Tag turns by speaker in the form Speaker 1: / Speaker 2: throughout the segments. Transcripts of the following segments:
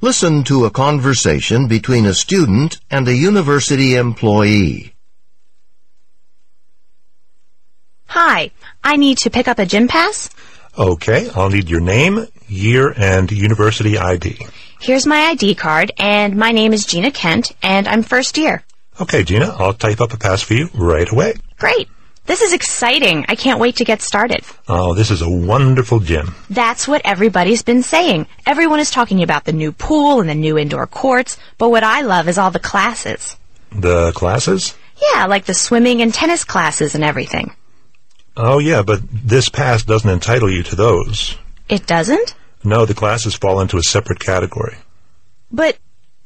Speaker 1: Listen to a conversation between a student and a university employee.
Speaker 2: Hi, I need to pick up a gym pass.
Speaker 3: Okay, I'll need your name, year, and university ID.
Speaker 2: Here's my ID card, and my name is Gina Kent, and I'm first year.
Speaker 3: Okay, Gina, I'll type up a pass for you right away.
Speaker 2: Great. This is exciting. I can't wait to get started.
Speaker 3: Oh, this is a wonderful gym.
Speaker 2: That's what everybody's been saying. Everyone is talking about the new pool and the new indoor courts, but what I love is all the classes.
Speaker 3: The classes?
Speaker 2: Yeah, like the swimming and tennis classes and everything.
Speaker 3: Oh, yeah, but this pass doesn't entitle you to those.
Speaker 2: It doesn't?
Speaker 3: No, the classes fall into a separate category.
Speaker 2: But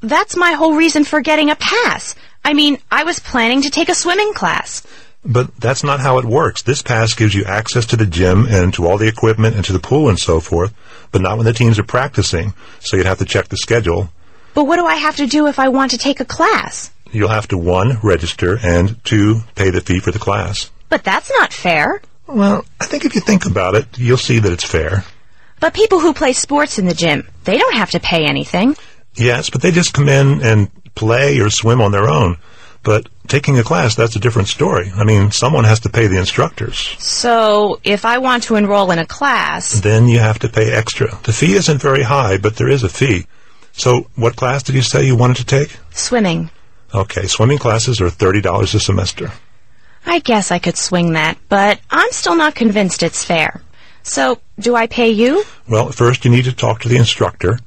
Speaker 2: that's my whole reason for getting a pass. I mean, I was planning to take a swimming class.
Speaker 3: But that's not how it works. This pass gives you access to the gym and to all the equipment and to the pool and so forth, but not when the teams are practicing, so you'd have to check the schedule.
Speaker 2: But what do I have to do if I want to take a class?
Speaker 3: You'll have to, one, register, and two, pay the fee for the class.
Speaker 2: But that's not fair.
Speaker 3: Well, I think if you think about it, you'll see that it's fair.
Speaker 2: But people who play sports in the gym, they don't have to pay anything.
Speaker 3: Yes, but they just come in and play or swim on their own. But taking a class, that's a different story. I mean, someone has to pay the instructors.
Speaker 2: So if I want to enroll in a class,
Speaker 3: Then you have to pay extra. The fee isn't very high, but there is a fee. So what class did you say you wanted to take?
Speaker 2: swimming.
Speaker 3: Okay, swimming classes are $30 a semester.
Speaker 2: I guess I could swing that, but I'm still not convinced it's fair. So do I pay you?
Speaker 3: Well, first you need to talk to the instructor.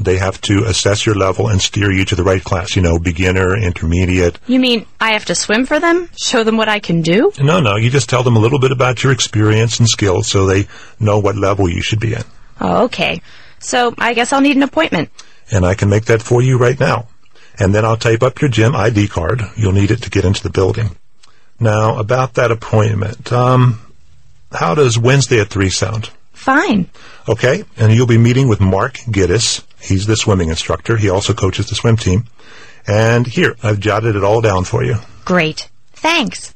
Speaker 3: They have to assess your level and steer you to the right class, you know, beginner, intermediate.
Speaker 2: You mean I have to swim for them? Show them what I can do?
Speaker 3: No, no, you just tell them a little bit about your experience and skills so they know what level you should be in.
Speaker 2: Oh, okay. So I guess I'll need an appointment.
Speaker 3: and I can make that for you right now. And then I'll type up your gym ID card. You'll need it to get into the building. Now, about that appointment, um, how does Wednesday at 3 sound?
Speaker 2: Fine.
Speaker 3: Okay, and you'll be meeting with Mark Giddis. He's the swimming instructor. He also coaches the swim team. And here, I've jotted it all down for you.
Speaker 2: Great. Thanks.